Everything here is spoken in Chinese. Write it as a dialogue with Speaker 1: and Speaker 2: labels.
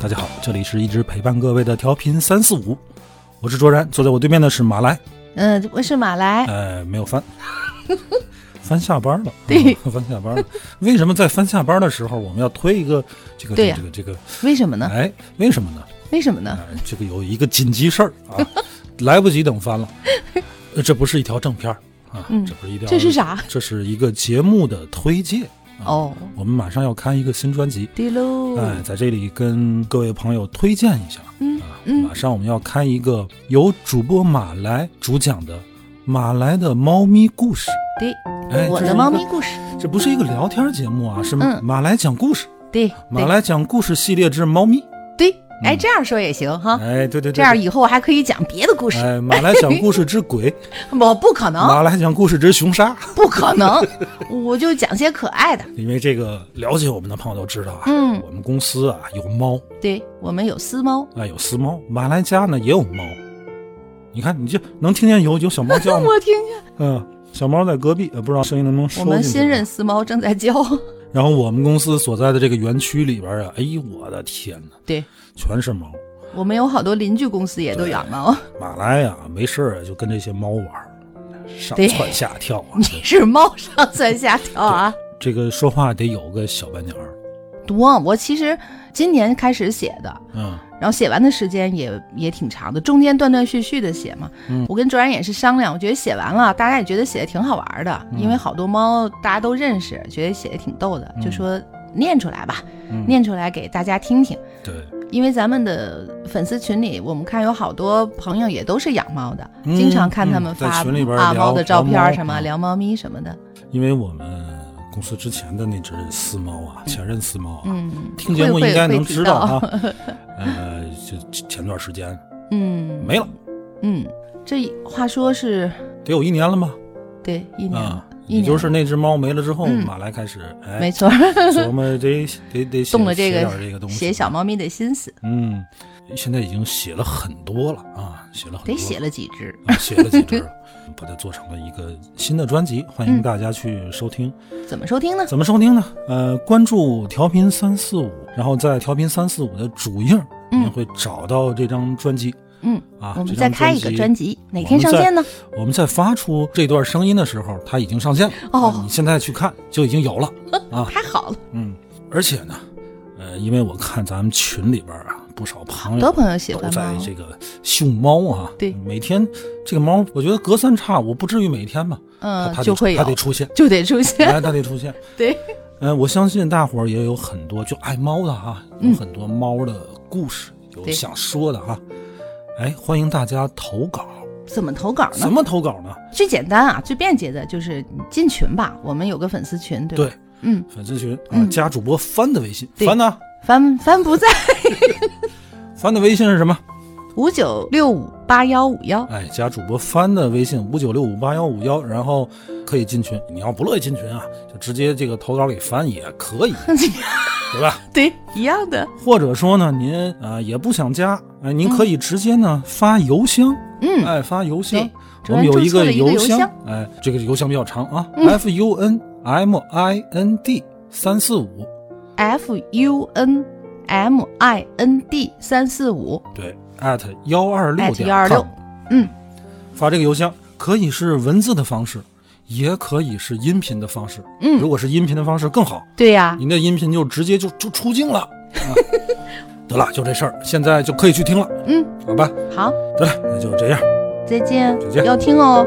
Speaker 1: 大家好，这里是一直陪伴各位的调频三四五，我是卓然，坐在我对面的是马来，
Speaker 2: 嗯，我是马来，
Speaker 1: 呃，没有翻， 翻下班了，
Speaker 2: 对
Speaker 1: 啊 翻下班了。为什么在翻下班的时候我们要推一个这个
Speaker 2: 对
Speaker 1: 这个
Speaker 2: 呀嗯
Speaker 1: 这个这个？
Speaker 2: 为什么呢？
Speaker 1: 哎，为什么呢？
Speaker 2: 为什么呢？
Speaker 1: 哎这个有一个紧急事儿啊，来不及等翻了，呃这不是一条正片儿啊，
Speaker 2: 嗯
Speaker 1: 这不是一条，
Speaker 2: 这是？啥？
Speaker 1: 这是一个节目的推介。
Speaker 2: 哦，
Speaker 1: 我们马上要开一个新专辑，
Speaker 2: 对喽，
Speaker 1: 啊哎，在这里跟各位朋友推荐一下，
Speaker 2: 嗯
Speaker 1: 啊，
Speaker 2: 嗯
Speaker 1: 马，上我们要开一个由主播马来主讲的马来的猫咪故事。
Speaker 2: 对，
Speaker 1: 哎，
Speaker 2: 我
Speaker 1: 这是
Speaker 2: 的
Speaker 1: 一
Speaker 2: 猫
Speaker 1: 个
Speaker 2: 咪，故事，
Speaker 1: 这不是一个聊天节目啊，是
Speaker 2: 嗯
Speaker 1: 马来讲故事，
Speaker 2: 对，
Speaker 1: 马
Speaker 2: 对，
Speaker 1: 来讲故事系列之猫咪。
Speaker 2: 对，哎，这样说也行哈，
Speaker 1: 哎，对对对，
Speaker 2: 这样
Speaker 1: 对
Speaker 2: 以后还可以讲别的故事。
Speaker 1: 哎，马来讲故事之鬼，
Speaker 2: 我不可能，
Speaker 1: 马来讲故事之凶杀。
Speaker 2: 不可能，我就讲些可爱的。
Speaker 1: 因为这个了解我们的朋友都知道啊，
Speaker 2: 嗯
Speaker 1: 我们公司啊有猫，
Speaker 2: 对我们有私猫，
Speaker 1: 啊，有私猫，马来家呢也有猫。你看，你就能听见有有小猫叫 吗？
Speaker 2: 听见
Speaker 1: 嗯，小猫在隔壁，呃，不知道声音能不能收
Speaker 2: 我
Speaker 1: 进去。
Speaker 2: 们新任。私猫正在叫。
Speaker 1: 然后我们公司所在的这个园区里边啊，哎呦我的天哪，
Speaker 2: 对
Speaker 1: 全是猫。
Speaker 2: 我们有好多邻居公司也都养猫。
Speaker 1: 马来呀、没事儿啊就跟这些猫玩儿，上
Speaker 2: 对
Speaker 1: 蹿下跳 啊。
Speaker 2: 你是猫上蹿下跳啊？
Speaker 1: 这个说话得有个小半截儿。
Speaker 2: 多，我其实今年开始写的，
Speaker 1: 嗯
Speaker 2: 然后写完的时间也也挺长的，中间断断续续的写嘛。
Speaker 1: 嗯
Speaker 2: 我跟卓然也是商量，我觉得写完了，大家也觉得写的挺好玩的，
Speaker 1: 嗯
Speaker 2: 因为好多猫大家都认识，觉得写的挺逗的，就说念出来吧，
Speaker 1: 嗯，
Speaker 2: 念出来给大家听听。
Speaker 1: 对，
Speaker 2: 因为咱们的粉丝群里，我们看有好多朋友也都是养猫的，
Speaker 1: 嗯
Speaker 2: 经常看他们
Speaker 1: 嗯在
Speaker 2: 发
Speaker 1: 群里边
Speaker 2: 啊
Speaker 1: 聊
Speaker 2: 猫的照片
Speaker 1: 聊
Speaker 2: 儿
Speaker 1: 猫
Speaker 2: 什么，
Speaker 1: 嗯
Speaker 2: 聊猫咪什么的。
Speaker 1: 因为我们公司之前的那只私猫啊，前任私猫啊，
Speaker 2: 嗯，
Speaker 1: 听节目
Speaker 2: 会
Speaker 1: 应该能
Speaker 2: 会提
Speaker 1: 知道
Speaker 2: 到
Speaker 1: 啊。 呃，就前段时间
Speaker 2: 嗯，
Speaker 1: 没了，
Speaker 2: 嗯，这话说是
Speaker 1: 得有一年了吧？
Speaker 2: 对一年了
Speaker 1: 啊，，
Speaker 2: 一
Speaker 1: 也
Speaker 2: 年
Speaker 1: 就是那只猫没了之后，
Speaker 2: 嗯
Speaker 1: 马来开始哎
Speaker 2: 没错儿，
Speaker 1: 琢磨得得得写
Speaker 2: 动了这
Speaker 1: 写
Speaker 2: 个
Speaker 1: 点这个东西，
Speaker 2: 写小猫咪的心思，
Speaker 1: 嗯，现在已经写了很多了啊，写了很多
Speaker 2: 得写了几只。
Speaker 1: 啊，写了几只， 把它做成了一个新的专辑，欢迎大家去收听。
Speaker 2: 怎么收听呢？
Speaker 1: 怎么收听呢？呃，关注调频三四五，然后在调频三四五的主页，您
Speaker 2: 嗯
Speaker 1: 会找到这张专辑
Speaker 2: 嗯，
Speaker 1: 啊。
Speaker 2: 我
Speaker 1: 这
Speaker 2: 们再
Speaker 1: 张
Speaker 2: 开一个专
Speaker 1: 辑。
Speaker 2: 辑，哪天上线呢？
Speaker 1: 我们在发出这段声音的时候，它已经上线了。
Speaker 2: 哦
Speaker 1: 啊你现在去看就已经有了。
Speaker 2: 太好了，
Speaker 1: 嗯，而且呢，呃，因为我看咱们群里边啊，不少朋
Speaker 2: 多
Speaker 1: 友
Speaker 2: 朋友喜
Speaker 1: 都
Speaker 2: 欢
Speaker 1: 在
Speaker 2: 猫，
Speaker 1: 这个秀猫啊。
Speaker 2: 对
Speaker 1: 每天这个猫，我觉得隔三差五，不至于每天吧，它
Speaker 2: 嗯，
Speaker 1: 它得
Speaker 2: 就会
Speaker 1: 它得
Speaker 2: 有，
Speaker 1: 出 现，
Speaker 2: 就得出现。
Speaker 1: 哎，它得出现。
Speaker 2: 对，
Speaker 1: 呃，我相信大伙儿也有很多就爱猫的哈、有很多猫的故事，有
Speaker 2: 嗯对
Speaker 1: 想说的哈、哎，欢迎大家投稿。
Speaker 2: 怎么投稿呢
Speaker 1: 怎？么投稿呢？
Speaker 2: 最简单啊，最便捷的就是你进群吧，我们有个粉丝群，对吧？
Speaker 1: 对，
Speaker 2: 嗯，
Speaker 1: 粉丝群啊，
Speaker 2: 嗯
Speaker 1: 加主播帆的微信，
Speaker 2: 对
Speaker 1: 帆呢？
Speaker 2: 帆帆不在
Speaker 1: 帆的微信是什么？
Speaker 2: 五九六五八幺五幺，
Speaker 1: 哎，加主播帆的微信五九六五八幺五幺，然后可以进群。你要不乐意进群啊，就直接这个投稿给帆也可以，对吧？
Speaker 2: 对，一样的，
Speaker 1: 或者说呢，您啊、呃也不想加，哎，您可以直接呢、发邮箱，
Speaker 2: 嗯
Speaker 1: 哎，发邮箱
Speaker 2: 对。
Speaker 1: 我们有
Speaker 2: 主
Speaker 1: 个
Speaker 2: 任注册了一个邮
Speaker 1: 箱，
Speaker 2: 箱嗯
Speaker 1: 哎，这个邮箱比较长啊、f u n m i n d 三四五，
Speaker 2: ，f u n m i n d 三四五，
Speaker 1: 对，at 幺二六
Speaker 2: at
Speaker 1: 点
Speaker 2: 126
Speaker 1: com，
Speaker 2: 嗯，
Speaker 1: 发这个邮箱可以是文字的方式，也可以是音频的方式。
Speaker 2: 嗯
Speaker 1: 如果是音频的方式更好，
Speaker 2: 对呀、
Speaker 1: 您的音频就直接就就出镜了。啊、 得了，就这事儿，现在就可以去听了，
Speaker 2: 嗯，
Speaker 1: 好吧？
Speaker 2: 好，
Speaker 1: 得了，那就这样。
Speaker 2: 再见，
Speaker 1: 再见
Speaker 2: 要听哦。